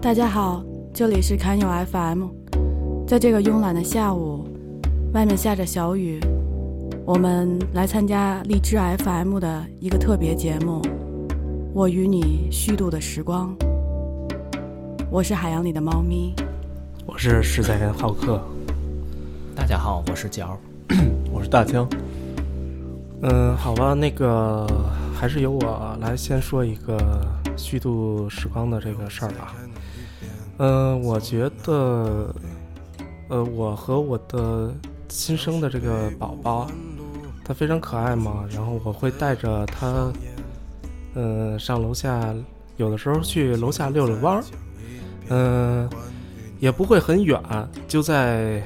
大家好，这里是侃友 FM。在这个慵懒的下午，外面下着小雨，我们来参加荔枝 FM 的一个特别节目《我与你虚度的时光》。我是海洋里的猫咪，我是实在人浩克，大家好，我是角。 我是大江。嗯，好吧，那个还是由我来先说一个虚度时光的这个事儿吧。嗯，我觉得，呃，我和我的新生的这个宝宝，他非常可爱嘛，然后我会带着他，嗯，上楼下，有的时候去楼下遛遛弯儿，嗯，也不会很远，就在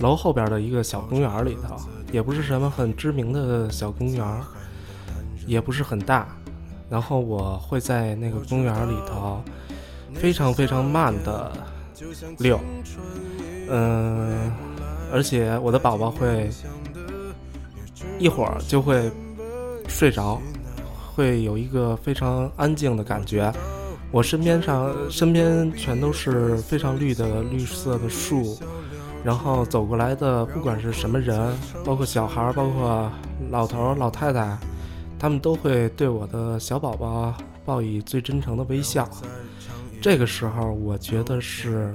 楼后边的一个小公园里头，也不是什么很知名的小公园儿，也不是很大。然后我会在那个公园里头非常非常慢的遛，嗯、而且我的宝宝会一会儿就会睡着，会有一个非常安静的感觉。我身边上身边全都是非常绿的绿色的树，然后走过来的，不管是什么人，包括小孩儿，包括老头儿、老太太，他们都会对我的小宝宝报以最真诚的微笑。这个时候，我觉得是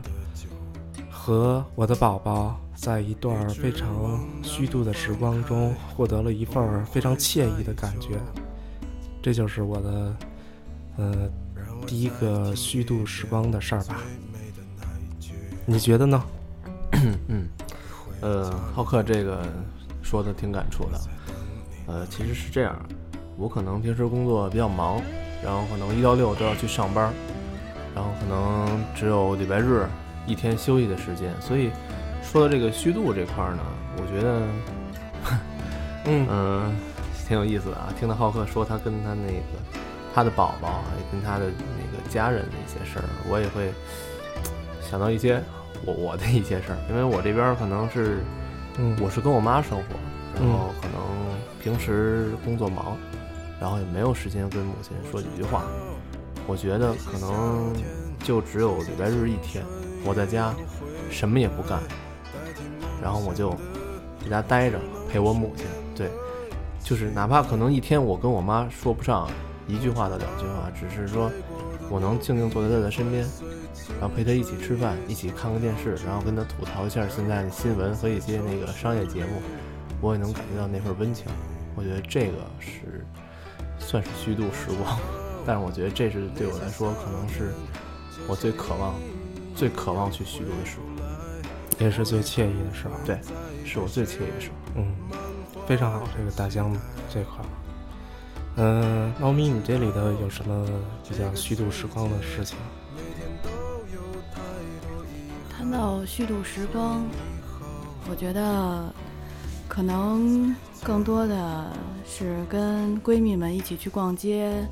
和我的宝宝在一段非常虚度的时光中，获得了一份儿非常惬意的感觉。这就是我的，呃，第一个虚度时光的事儿吧。你觉得呢？呃，浩克这个说的挺感触的。呃，其实是这样，我可能平时工作比较忙，然后可能一到六都要去上班，然后可能只有礼拜日一天休息的时间，所以说到这个虚度这块儿呢，我觉得嗯嗯，挺有意思的啊。听到浩克说他跟他那个他的宝宝，也跟他的那个家人的一些事儿，我也会嘖想到一些我我的一些事儿，因为我这边儿可能是嗯，我是跟我妈生活，嗯然后可能平时工作忙，然后也没有时间跟母亲说几句话。我觉得可能就只有礼拜日一天，我在家什么也不干，然后我就在家待着陪我母亲。对，就是哪怕可能一天我跟我妈说不上一句话到两句话，只是说我能静静坐在她的身边，然后陪她一起吃饭，一起看个电视，然后跟她吐槽一下现在的新闻和一些那个商业节目，我也能感觉到那份温情。我觉得这个是算是虚度时光， 但是我觉得这是对我来说可能是我最渴望、最渴望去虚度的时光，也是最惬意的时候。对，是我最惬意的时候。嗯，非常好，这个大疆这块儿。嗯、猫咪，你这里头有什么比较虚度时光的事情？谈到虚度时光，我觉得可能更多的是跟闺蜜们一起去逛街，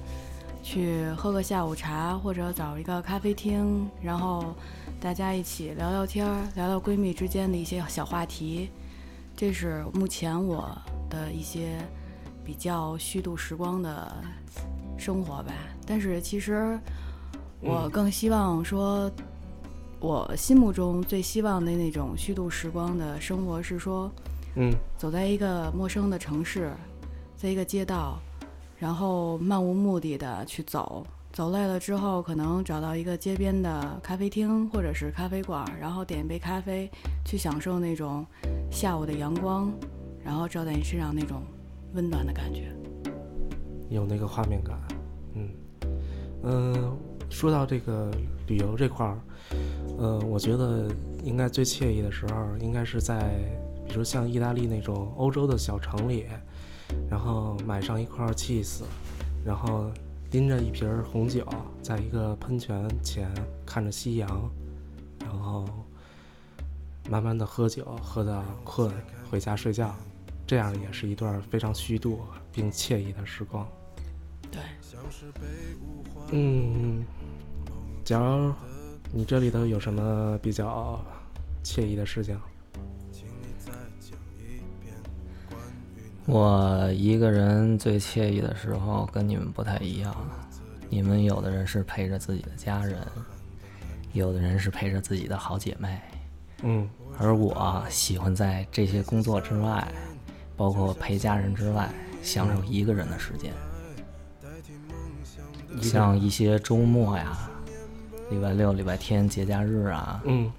去喝个下午茶，或者找一个咖啡厅，然后大家一起聊聊天儿，聊聊闺蜜之间的一些小话题。这是目前我的一些比较虚度时光的生活吧。但是其实我更希望说，我心目中最希望的那种虚度时光的生活是说，嗯走在一个陌生的城市，在一个街道，然后漫无目的的去走，走累了之后，可能找到一个街边的咖啡厅或者是咖啡馆，然后点一杯咖啡，去享受那种下午的阳光，然后照在你身上那种温暖的感觉。有那个画面感。嗯嗯、呃说到这个旅游这块儿，呃，我觉得应该最惬意的时候，应该是在比如像意大利那种欧洲的小城里，然后买上一块 cheese，然后拎着一瓶儿红酒，在一个喷泉前看着夕阳，然后慢慢的喝酒，喝到困，回家睡觉。这样也是一段非常虚度并惬意的时光。对，嗯，假如你这里头有什么比较惬意的事情？我一个人最惬意的时候跟你们不太一样，你们有的人是陪着自己的家人，有的人是陪着自己的好姐妹，嗯而我喜欢在这些工作之外，包括陪家人之外，享受一个人的时间。像一些周末呀、礼拜六、礼拜天、节假日啊，嗯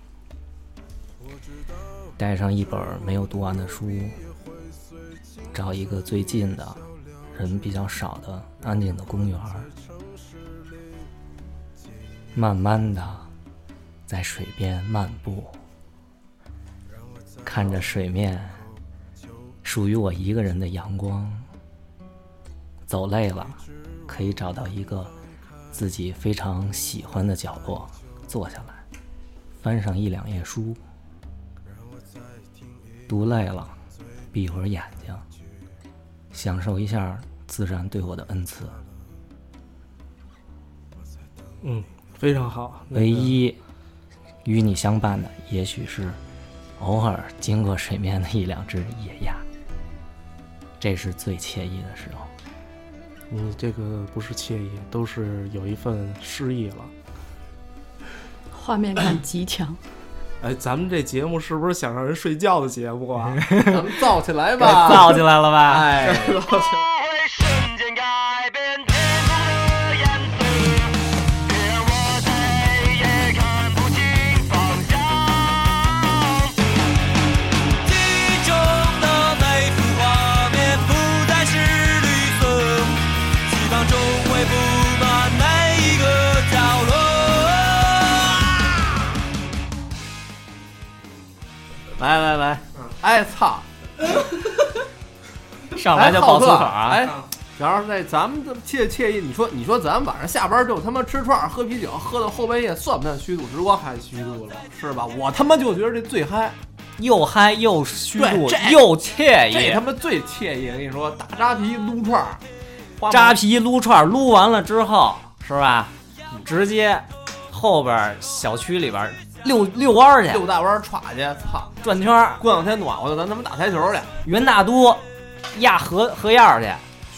带上一本没有读完的书，找一个最近的、人比较少的、安静的公园儿，慢慢的在水边漫步，看着水面属于我一个人的阳光。走累了，可以找到一个自己非常喜欢的角落坐下来，翻上一两页书。读累了，闭会儿眼睛，享受一下自然对我的恩赐。嗯，非常好。那个唯一与你相伴的，也许是偶尔经过水面的一两只野鸭，这是最惬意的时候。你这个不是惬意，都是有一份诗意了。画面感极强。嗯哎，咱们这节目是不是想让人睡觉的节目 啊？咱们造起来该造起来了吧？哎，会瞬间改变天空的颜色，别让我再也看不清方向。记忆中的每幅画面不再是绿色，希望终会布满每一个角落。来来来，哎操！上来就爆粗口啊！哎，然后那咱们这么惬惬意，你说你说咱们晚上下班就他妈吃串儿喝啤酒，喝到后半夜，算不算虚度时光？太虚度了，是吧？我他妈就觉得这最嗨，又嗨又虚对度这又惬这他意，妈最惬意。我跟你说，大扎皮撸串儿，花扎馍皮撸串儿撸完了之后，是吧？直接后边儿小区里边儿遛遛弯儿去，遛大弯儿歘去，操！转圈儿，过两天暖和了，咱他妈打台球去，袁大都压河河沿儿去，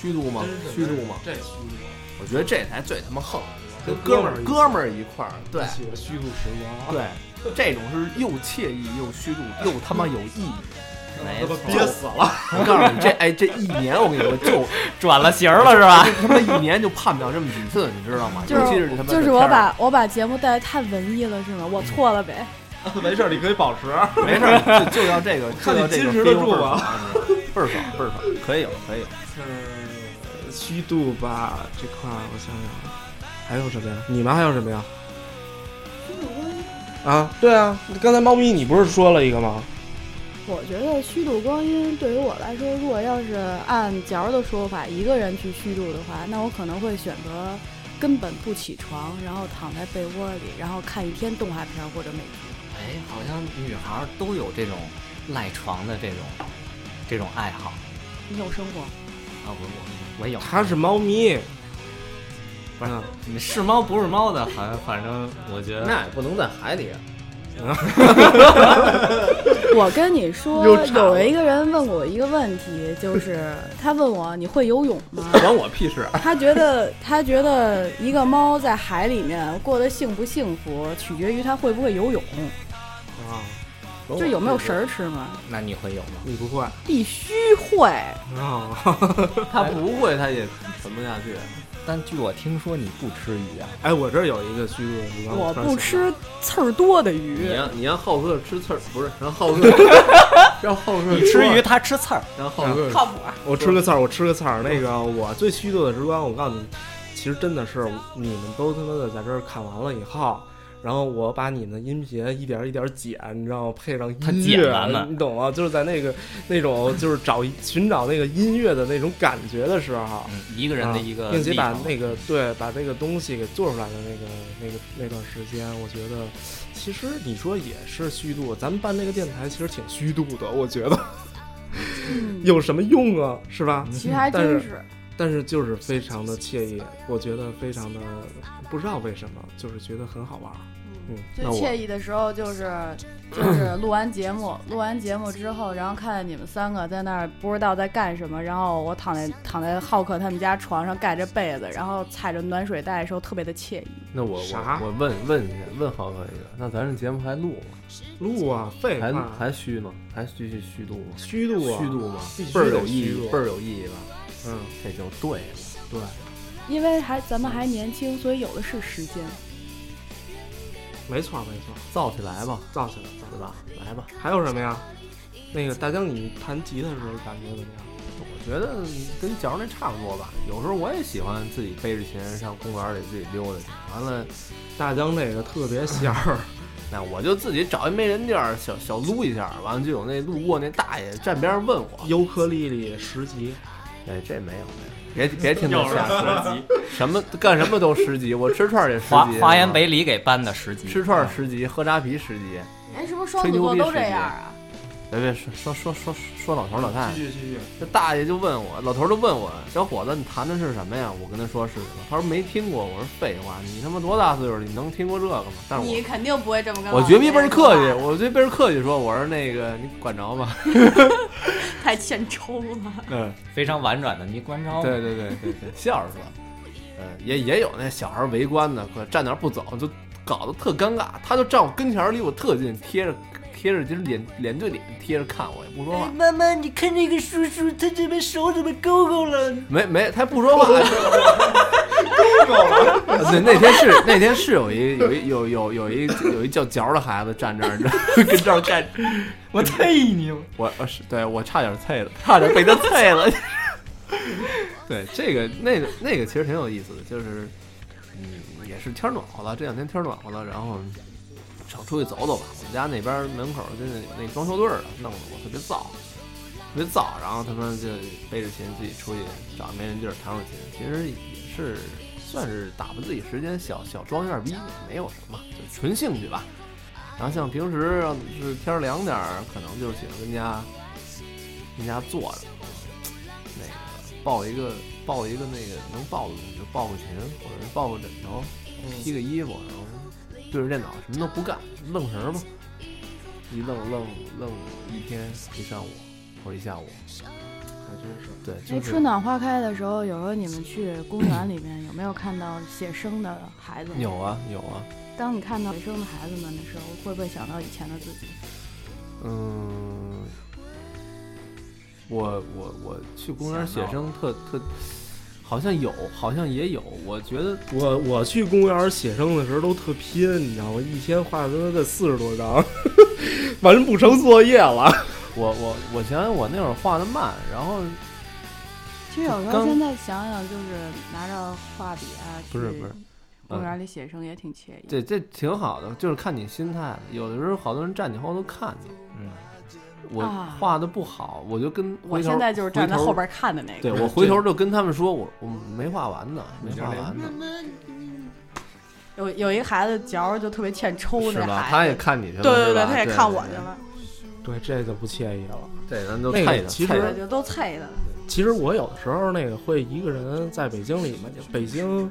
虚度吗？虚度吗？这虚度，我觉得这才最他妈横，跟跟哥哥们们儿儿哥们儿一一块儿，对一起虚度时光。对，这种是又惬意又虚度又他妈有 意义。没错憋死 了。我告诉你，这哎，这一年我跟你说，就 转了型儿了是吧？他妈一年就判不了这么几次，你知道吗？就尤其是是他妈就是这我片儿把我把节目带的太文艺了是吗？我错了呗。没事，你可以保持。没事儿，就就要这个， 看就要你这个矜持得 feel 住啊吗倍儿爽，倍儿爽，倍儿爽，可以有，可以有。呃，虚度吧这块儿，我想想，还有什么呀？你们还有什么呀？啊，对啊，刚才猫咪你不是说了一个吗？我觉得虚度光阴对于我来说，如果要是按嚼儿的说法，一个人去虚度的话，那我可能会选择根本不起床，然后躺在被窝里，然后看一天动画片儿或者美剧。哎，好像女孩儿都有这种赖床的这种这种爱好你有生活？啊，我我我有。它是猫咪，不是嗯你是猫不是猫的，好像反正我觉得那也不能在海里，啊我跟你说，又岔有了一个人问我一个问题，就是他问我你会游泳吗？ 管我屁事。啊他觉得他觉得一个猫在海里面过得幸不幸福，取决于它会不会游泳，啊，就有没有食儿吃嘛，那你会有吗？你不会必须会。啊？他不会，他也沉不下去。但据我听说你不吃鱼啊， 哎，我这儿有一个虚度的时光，我突然不想吃刺儿多的你鱼，让你让浩克吃刺儿，不是让浩 克，让浩克你吃鱼，他吃刺儿，让浩克靠谱。我吃个刺儿，我吃个刺儿。那个我最虚度的时光，我告诉你，其实真的是你们都他妈的在这儿看完了以后，然后我把你们的音频一点一点剪，你知道吗？配上他音剪完乐了，你懂啊吗？就是在那个那种就是找寻找那个音乐的那种感觉的时候。嗯，一个人的一个啊历并且程，把那个对把那个东西给做出来的那个那个那段时间，我觉得其实你说也是虚度。咱们办这个电台其实挺虚度的，我觉得嗯，有什么用啊，是吧？嗯其实还但真是是。但是就是非常的惬意，我觉得非常的不知道为什么，就是觉得很好玩儿。嗯嗯，最那我惬意的时候就是就是录完节目，录完节目之后，然后看见你们三个在那儿不知道在干什么，然后我躺在躺在浩克他们家床上盖着被子，然后踩着暖水袋的时候特别的惬意。那我啥我我问问一下，问浩哥一个，那咱这节目还录吗？录啊，废还话，还虚吗？还继续虚度吗？虚度啊，虚度吗必？须倍儿得有意虚义，度倍儿有意义吧？嗯，这就对了。对，因为还咱们还年轻，所以有的是时间。没错没错，造起来吧，造起来，造对起吧？来吧，来。还有什么呀？那个大江，你弹吉他的时候感觉怎么样？我觉得跟角儿那差不多吧。有时候我也喜欢自己背着琴上公园儿里自己溜达去。完了，大江那个特别仙 儿，那我就自己找一没人地儿，小小撸一下。完了就有那路过那大爷站边上问我，尤克里里十级，哎，这没有没有，别别听他瞎说，什么干什么都十级，我吃串儿也十华级，啊华严北里给颁的十级，吃串儿十级，喝扎啤十级。哎，是不是双吹子牛座逼都时这间样啊？别别说说说说说老头儿老太太继，续继续，这大爷就问我，老头儿就问我，小伙子，你弹的是什么呀？我跟他说是什么，他说没听过。我说废话，你他妈多大岁数了，你能听过这个吗？但是你我肯定不会这么跟。我绝逼倍儿客气，，我绝逼倍儿客气说，我说那个你管着吧。太欠抽了。嗯，非常婉转的，你关照我对对对对对， 笑着说。嗯，也也有那小孩儿围观的，可站那儿不走，就搞得特尴尬。他就站我跟前儿，离我特近，贴着贴着就是脸脸对脸贴着看我，也不说话。妈妈，你看这个叔叔，他这边手怎么勾勾了？没没，他不说话。对，那天是那天是有一有一有有有一有一叫嚼儿的孩子站这儿，跟这儿干，我呸你！我我是对我差点菜了，差点被他菜了。对，这个那个那个其实挺有意思的，就是嗯，也是天儿暖和了，这两天天儿暖和了，然后少出去走走吧。我们家那边儿门口儿就是那装修队儿的，啊弄得我特别燥，特别燥。然后他们就背着琴自己出去找没人地儿弹会儿琴，其实也是算是打发自己时间，小小装一下逼，没有什么，就纯兴趣吧。然后像平时要是天儿凉点儿，可能就是喜欢跟家跟家坐着，那个抱一个抱一个那个能抱的东西，就抱个琴或者是抱个枕头，披个衣服，然后对着电脑什么都不干，愣神儿吧，一愣愣愣一天一上午或者一下午，还真是。对，哎，就是春暖花开的时候，有时候你们去公园里面有没有看到写生的孩子？有。啊有啊，当你看到写生的孩子们的时候，会不会想到以前的自己？嗯，我我我去公园写生特特，好像有，好像也有，我觉得我我去公园写生的时候都特拼，你知道吗？一天画他妈的四十多张， 完不成作业了。我我我想想，我那会儿画的慢，然后其实有时候刚现在想想，就是拿着画笔啊，不是不是，公园里写生也挺惬意。这这挺好的，就是看你心态。有的时候好多人站你后头看你，嗯，我啊画的不好，我就跟我回头现在就是站在回头后边看的那嗯对个。我回头就跟他们说，我我没画完呢，没画完呢，有有一孩子嚼着就特别欠抽是那吧？他孩也子。看你去了，对对是吧对，对，他也看我去了，对，这就不惬意了。对。对，咱都那个菜的，其实菜对，的就都菜的。 其实我有的时候那个会一个人在北京里面，北京，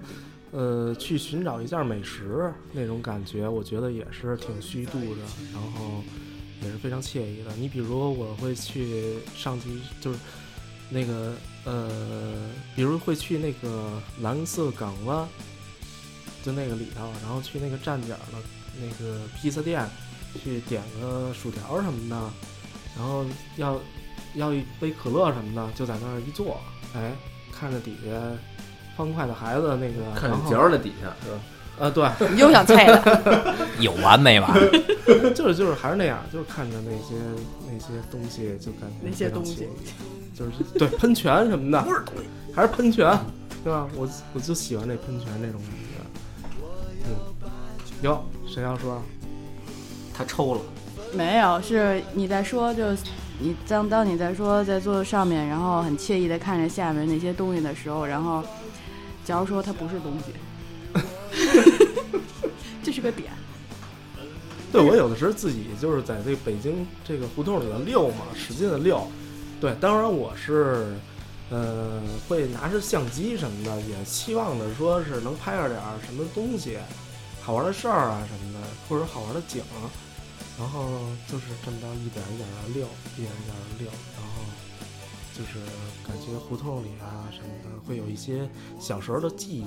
呃，去寻找一下美食那种感觉，我觉得也是挺虚度的，然后也是非常惬意的。你比如我会去上级，就是那个呃，比如会去那个蓝色港湾，就那个里头，然后去那个站点儿的那个披萨店，去点个薯条什么的，然后要要一杯可乐什么的，就在那儿一坐，哎，看着底下欢快的孩子那个，看然你后角儿的底下是吧？呃，对，你又想菜的，有完没完？ 就是就是还是那样，就是看着那些那些东西就感觉那些非常东西惬意，就是对喷泉什么的，不是东西，还是喷泉，对吧？我我就喜欢那喷泉那种感觉。嗯，哟，谁要说？啊他抽了， 没有，是你在说，就是你当当你在说在坐上面，然后很惬意的看着下面那些东西的时候，然后，假如说它不是东 西，这是个点。对我有的时候自己就是在这北京这个胡同里头溜嘛，使劲的溜。对，当然我是，呃，会拿着相机什么的，也期望着说是能拍着点儿什么东西。好玩的事儿啊什么的，或者好玩的景啊，然后就是这么着一点一点的溜，一点一点的溜，然后就是感觉胡同里啊什么的会有一些小时候的记忆，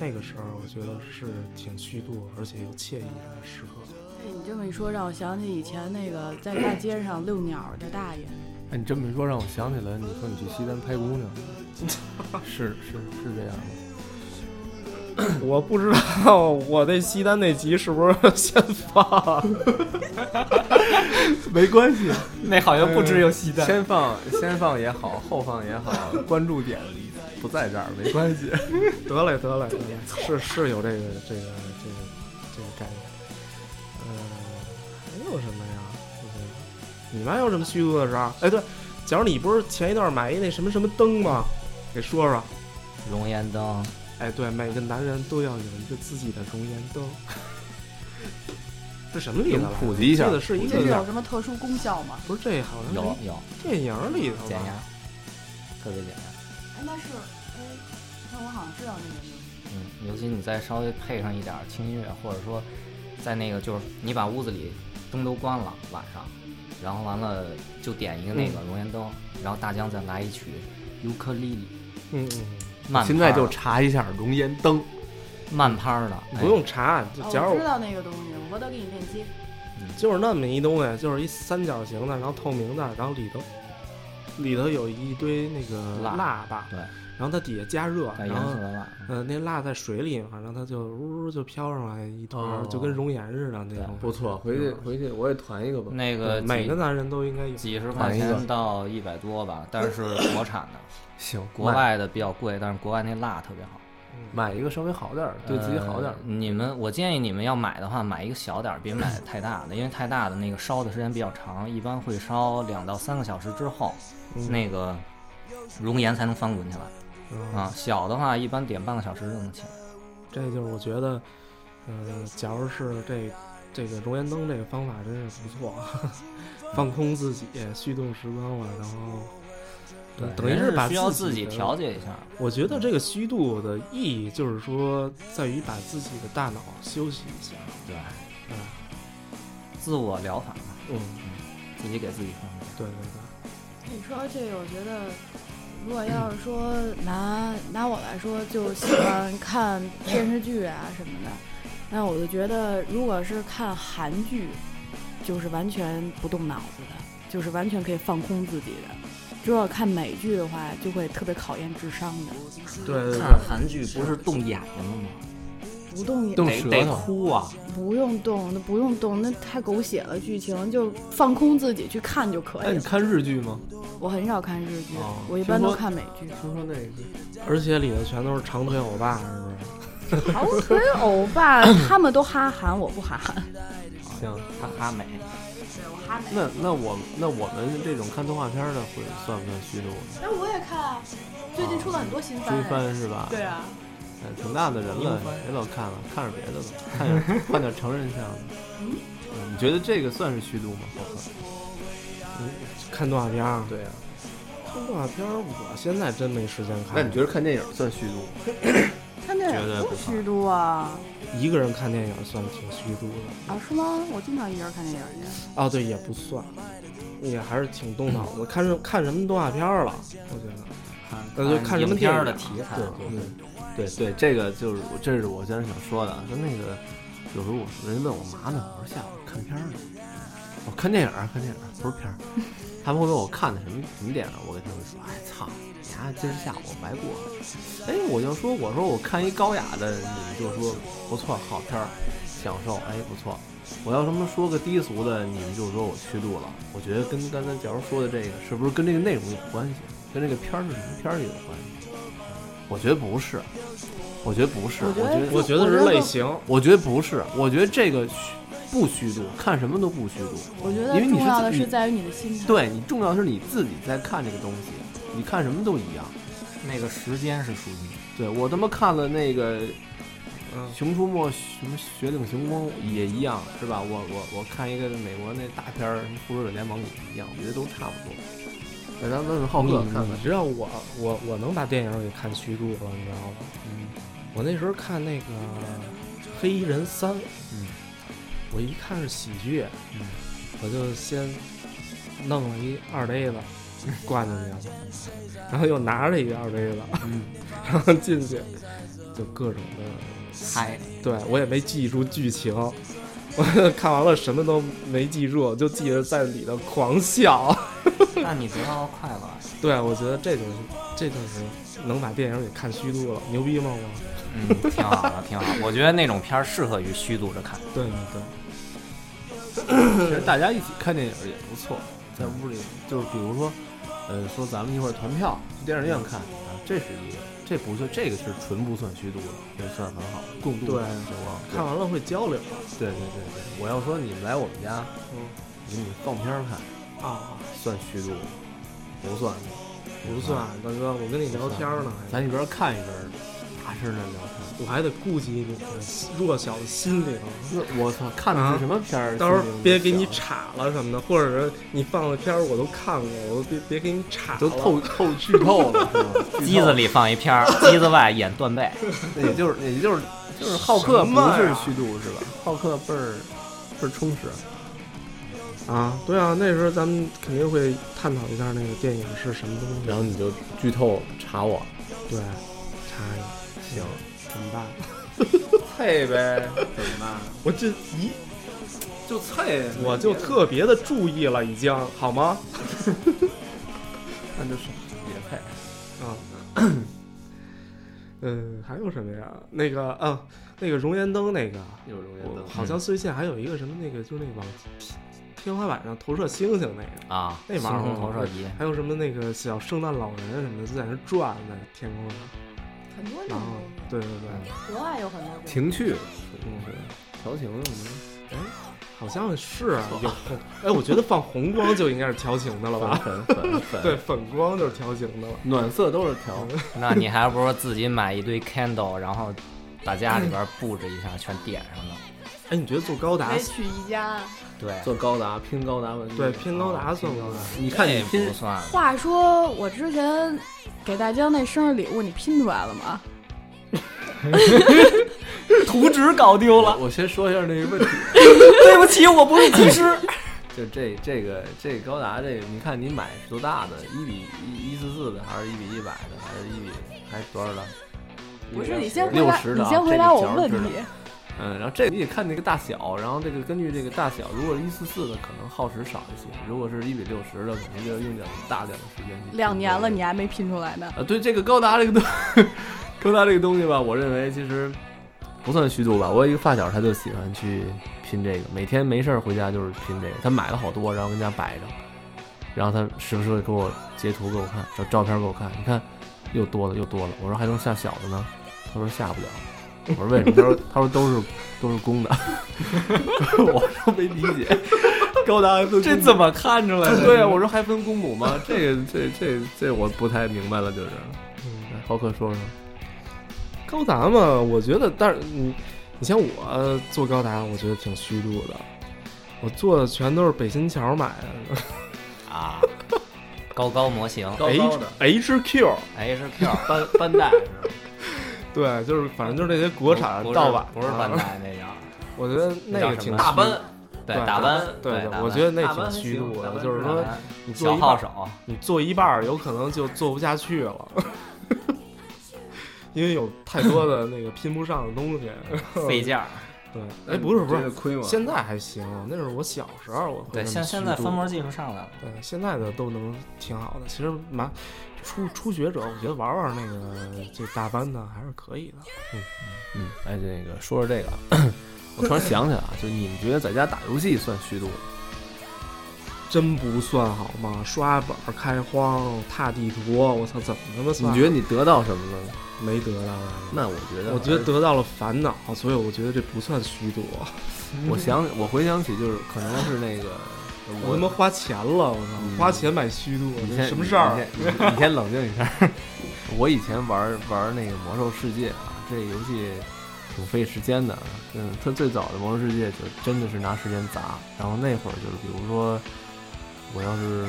那个时候我觉得是挺虚度而且又惬意的时刻。哎，你这么一说，让我想起以前那个在大街上遛鸟儿的大爷。哎，你这么一说，让我想起来，你说你去西单拍姑娘， 是是是这样 吗？我不知道我那西单那集是不是先发， 没关系，那好像不只有西单，先放先放也好，后放也好，关注点不在这儿没关系。 得嘞得嘞得嘞，是是有这个这个这个这个概念。嗯，还有什么呀？就是你妈有什么虚度的时候？哎，对，假如你不是前一段买一那什么什么灯吗？给说说。龙岩灯，哎，对，每个男人都要有一个自己的容颜灯。 这什么例子来着？普及一下这个是一这是有个，什么特殊功效吗？不是这好像有是有电影里头减吧压？，特别减压。哎，那是，哎，那我好像知道那个名字。嗯，尤其你再稍微配上一点儿轻音乐，或者说在那个就是你把屋子里灯都关了晚上，然后完了就点一个那个龙涎灯，然后大江再来一曲尤克里里，嗯嗯，慢现在拍儿就的查一下熔岩灯，慢拍儿的，嗯哎不用查，就假哦，我如知道那个东西，我回头给你链接。就是那么一东西，就是一三角形的，然后透明的，然后里头里头有一堆那个蜡蜡吧，对，然后它底下加热，带然颜色后的蜡，呃那蜡在水里嘛，然后它就呜呜就飘上来一团儿，哦就跟熔岩似的那种。不错，回去回去我也团一个吧。那对个嗯每呃几个男人都应该有。几十块钱到一百多吧，但是是国产的， 行，国外的比较贵，但是国外那蜡特别好，嗯买一个稍微好点儿，对自己好点儿呃。你们，我建议你们要买的话，买一个小点儿，别买太大的，因为太大的那个烧的时间比较长，一般会烧两到三个小时之后，那个熔岩才能翻滚起来嗯啊。小的话，一般点半个小时就能起来。这就是我觉得，呃，假如是这这个熔岩灯这个方法真是不错， 放空自己，虚度时光嘛，然后呃等于人是是把需要自自己的调节一下。我觉得这个虚度的意义就是说，在于把自己的大脑休息一下。对，嗯自我疗法嘛，嗯，自己给自己放松。对对对，你说这个，我觉得，如果要是说拿拿我来说，就喜欢看电视剧啊什么的，那我就觉得，如果是看韩剧，就是完全不动脑子的，就是完全可以放空自己的。如果看美剧的话，就会特别考验智商的，嗯对看韩剧不是动眼睛了吗？不动也动得舌得头哭啊！不用动，那不用动，那太狗血了，剧情就放空自己去看就可哎，以你了。看日剧吗？我很少看日剧，哦我一般都看美剧。听说那个而且里头全都是长腿欧巴，是不是？好哦腿欧 巴，他们都哈韩，我不哈韩。行，哈哈美，对，我哈美。那那我那我们这种看动画片儿的会算不算虚度？那我也看啊，最近出了很多新番追哎。番是吧？对啊，哎，挺大的人了，别老看了，看点别的吧，看点看点成人向的。嗯，你觉得这个算是虚度吗？看动画片儿，对啊呀、看动画片儿，我现在真没时间看。得看电影算虚度吗？看电绝影对不不看虚度啊？一个人看电影算挺虚度的？啊，是吗？我经常一个人看电影去。哦，对，也不算，也还是挺动脑子。看什看什么动画片儿了？我觉得看那就看什么影片电儿影嗯的题材。对对对对，这个就是我，这是我今天想说的。说那个，有时候我人家问我嘛呢，我说下午看片儿呢，我看电影儿，啊看电影儿不是片儿。他们会问我看的什么什么电影儿，我跟他们说，哎操，你丫今儿下午白过了。哎，我就说，我说我看一高雅的，你们就说不错，好片儿，享受，哎不错。我要什么说个低俗的，你们就说我虚度了。我觉得跟刚才假如说的这个，是不是跟这个内容有关系？跟这个片儿是什么片儿有关系？我觉得不是，我觉得不是，我我觉得觉得我觉得是类型。我觉得不是，我觉得这个虚不虚度，看什么都不虚度。我觉因得为你重要的自是你在于你的心态。对你重要的是你自己在看这个东西，你看什么都一样。那个时间是属于你对我他妈看了那个《嗯熊出没》什么雪岭熊猫也一样，是吧？我我我看一个美国那大片儿《什么复仇者联盟》也一样，我觉得都差不多。嗯那咱问问浩你克看看你，知道我我嗯我能把电影给看虚度了，你知道吗？我那时候看那个《黑衣人三》，嗯，我一看是喜剧，嗯，我就先弄了一二杯子灌进去了，然后又拿着一个二杯子，嗯然后进去就各种的，嗨，对我也没记住剧情。我 看完了什么都没记住，就记着在里头狂 笑。那你得到了快乐。啊对，我觉得这就是，这就是能把电影给看虚度了，牛逼吗？我，嗯，挺好的，挺好。 我觉得那种片儿适合于虚度着看。对对对。其实大家一起看电影也不错，在屋里就是比如说，呃，说咱们一会儿团票去电影院看啊，这是一个，这不算，这个是纯不算虚度的，这算很好的共度对的时光。看完了会交流对对对对，我要说你们来我们家，嗯，你们放片儿看，啊，算虚度吗，不算，不算，大哥，我跟你聊天呢，还咱一边看一边大声的聊天。我还得顾及你的弱小的心灵，那我操，看的是什么片儿？啊到时候心里别给你想岔了什么的，或者是你放的片儿我都看过，我都别别给你岔了。都透透剧透了，是吧？ 剧机透子里放一 片儿，机子外演断背。那也就是，也就是，就是浩克什么不呀是虚度是吧？浩克倍儿倍儿充实，啊，对啊，那时候咱们肯定会探讨一下那个电影是什么东西，然后你就剧透查我，对，查一下行，怎么办？配呗，怎么办？ 我这一就配，我就特别的注意了，已经好吗？ 那就是也配。啊， 嗯，还有什么呀？那个啊，那个熔岩灯那个，有容颜我灯，嗯好像最近还有一个什么那个，就是那往天天花板上投射星星那个，啊，那玩意儿星我空投射仪，还有什么那个小圣诞老人什么的，就在那转在天空上，很多然种后，对对对，国外有很多种。情趣嗯，调情用的，好像是啊有红，哎，我觉得放红光就应该是调情的了 吧？粉粉粉，对，，粉光就是调情的了。暖色都是调，嗯那你还不如自己买一堆 candle，然后把家里边布置一下，全点上了。哎，你觉得做高达可以，娶宜家。对，做高达拼高达文具，哦对，拼高达算高达，你看你这拼不，算，话说我之前给大家那生日礼物，你拼出来了吗？图纸搞丢了。我先说一下那个问 题，对不起，我不是技师。 就这这个这高达这个，你看你买是多大的？一比一一四四的，还是一比一百的，还是一比还是多少的？不是，你先回六答，十的你啊，先回答这我个角儿问知道题。嗯，然后这个你得看那个大小，然后这个根据这个大小，如果是一四四的，可能耗时少一些；如果是一比六十的，肯定就用点大点的时间去。两年了，你还没拼出来呢。啊，对这个高达这个东， 高达这个东西吧，我认为其实不算虚度吧。我有一个发小，他就喜欢去拼这个，每天没事儿回家就是拼这个。他买了好多，然后跟家摆着，然后他时不时会给我截图给我看，照照片给我看，你看又多了又多了。我说还能下小的呢，他说下不了。我说为什么？他说他说都是都是公的， 我说没理解，高达还分这公怎么看出来的？对啊，我说还分公母吗？这个这这这我不太明白了，就是。来浩克说说，高达嘛，我觉得，但是你，你像我呃做高达，我觉得挺虚度的。我做的全都是北新桥买 的啊，高高模型哎高的哎 H Q， HQ，班班带是吧？对，就是反正就是那些国产不是盗版，啊不是啊班带那叫我觉得那那个叫什挺么虚大班，对对打班，对打班我觉得那大班挺虚还行度大的，班就是是说吧你做小一半号儿，手，你做一半儿有可能就做不下去了， 因为有太多的那个拼不上的东西。 费劲儿。对，哎，不是不是，亏吗现在还行，那是我小时候我会对，那么像虚现在度翻模技术上来了，对，现在的都能挺好的。其实蛮初初学者，我觉得玩玩那个这大班的还是可以的。嗯，哎，那个说说这 个啊，我突然想起来啊，就你们觉得在家打游戏算虚度吗？真不算好吗？刷本儿、开荒、踏地图，我操，怎么他妈算？你觉得你得到什么了呢？没得到呀？那我觉得，我觉得，得到了烦恼，所以我觉得这不算虚度。我想我回想起就是可能是那个我他妈花钱了，我操，嗯花钱买虚度，你这先什么事儿？啊你先你先你先冷静一下。 我以前玩玩那个《魔兽世界》啊，这游戏挺费时间的。嗯，它最早的《魔兽世界》就真的是拿时间砸。然后那会儿就是，比如说我要是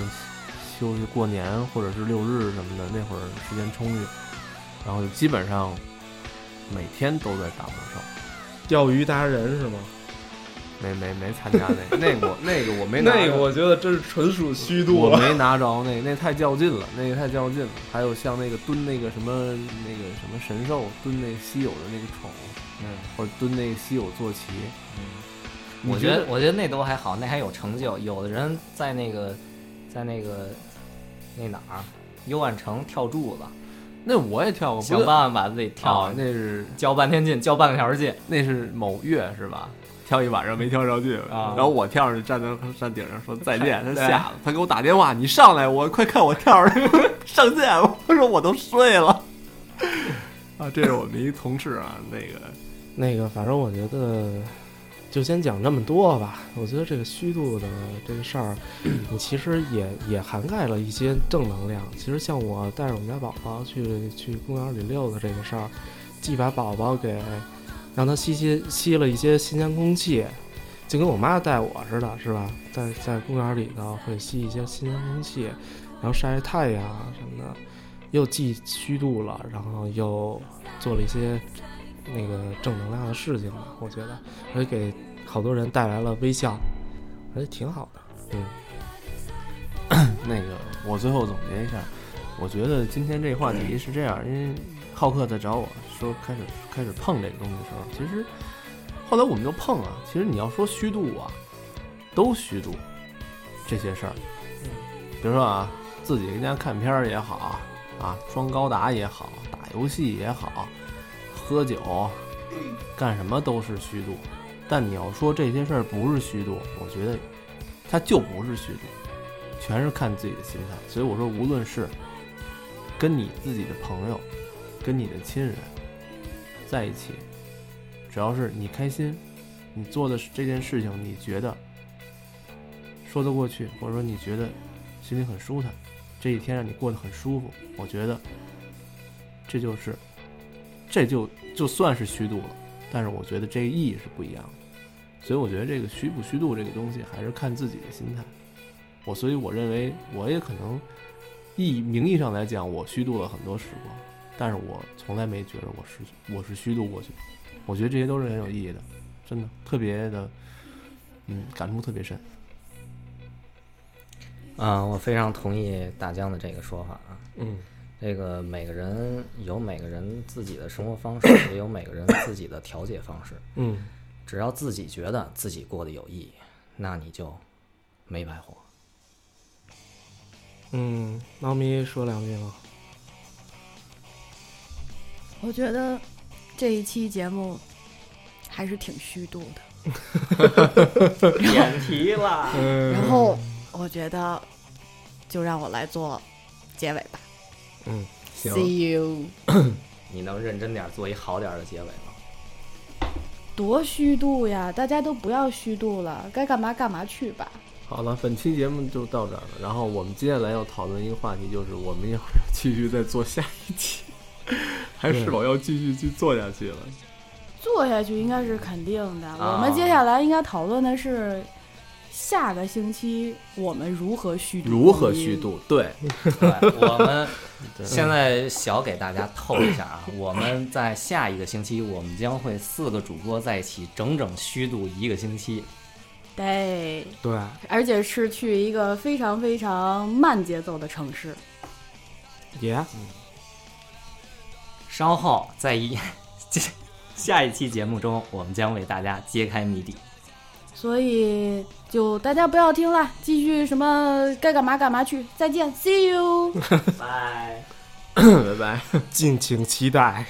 休息过年或者是六日什么的，那会儿时间充裕，然后就基本上每天都在打魔兽。钓鱼达人是吗？没没没参加那个 那个我那个我没拿着那个我觉得真是纯属虚度我啊了。没拿着那个那太较劲了，那个太较劲了。还有像那个蹲那个什么那个什么神兽，蹲那稀有的那个宠，嗯，或者蹲那个稀有坐骑，我你觉觉得得我觉得那都还好，那还有成就。有的人在那个在那个那哪儿幽暗城跳柱子，那我也跳过，想不是办法把自己跳啊，，那是交半天劲，交半个小时劲。那是某月是吧？跳一晚上没跳上去，啊然后我跳上去站在山顶上说再见，他吓了，他给我打电话，你上来，我快看我跳上去 上线，我说我都睡了。啊，这是我们一同事啊，那个那个，反正我觉得就先讲这么多吧。我觉得这个虚度的这个事儿，你其实也也涵盖了一些正能量。其实像我带着我们家宝宝去去公园里溜达这个事儿，既把宝宝给让他吸吸吸了一些新鲜空气，就跟我妈带我似的，是吧？在在公园里头会吸一些新鲜空气，然后晒晒太阳啊什么的，又既虚度了，然后又做了一些那个正能量的事情吧，我觉得，而且给好多人带来了微笑，而且挺好的。那个，我最后总结一下，我觉得今天这话题是这样，因为浩克在找我说开始开始碰这个东西的时候，其实后来我们就碰啊。其实你要说虚度啊，都虚度这些事儿，比如说啊，自己跟家看片儿也好啊，装高达也好，打游戏也好，喝酒干什么都是虚度。但你要说这些事儿不是虚度，我觉得它就不是虚度。全是看自己的心态。所以我说，无论是跟你自己的朋友，跟你的亲人在一起，只要是你开心，你做的这件事情，你觉得说得过去，或者说你觉得心里很舒坦，这一天让你过得很舒服，我觉得这就是，这就就算是虚度了。但是我觉得这个意义是不一样的，所以我觉得这个虚不虚度这个东西还是看自己的心态。我所以我认为我也可能意名义上来讲，我虚度了很多时光，但是我从来没觉得我是我是虚度过去，我觉得这些都是很有意义的，真的特别的，嗯，感触特别深。嗯，我非常同意大江的这个说法啊。嗯，这个每个人有每个人自己的生活方式，也有每个人自己的调节方式。嗯，只要自己觉得自己过得有意义，那你就没白活。嗯，猫咪说两句吗？我觉得这一期节目还是挺虚度 的。点题了，然嗯后我觉得，就让我来做结尾吧。嗯，See you。你能认真点做一好点的结尾吗？ 多虚度呀！大家都不要虚度了，该干嘛干嘛去吧。好了，本期节目就到这儿了。然后我们接下来要讨论一个话题，就是我们要不要继续再做下一期， 还是否要继续去做下去了？做下去应该是肯定的。我啊们接下来应该讨论的是下个星期我们如何虚度，如何虚？度？对，对，我们现在小给大家透一下啊，我们在下一个星期，我们将会四个主播在一起整整虚度一个星期。对，对，而且是去一个非常非常慢节奏的城市。也、稍后在一 下一期节目中，我们将为大家揭开谜底。所以就大家不要听了，继续什么该干嘛干嘛去，再见，see you。拜。拜拜。敬请期待。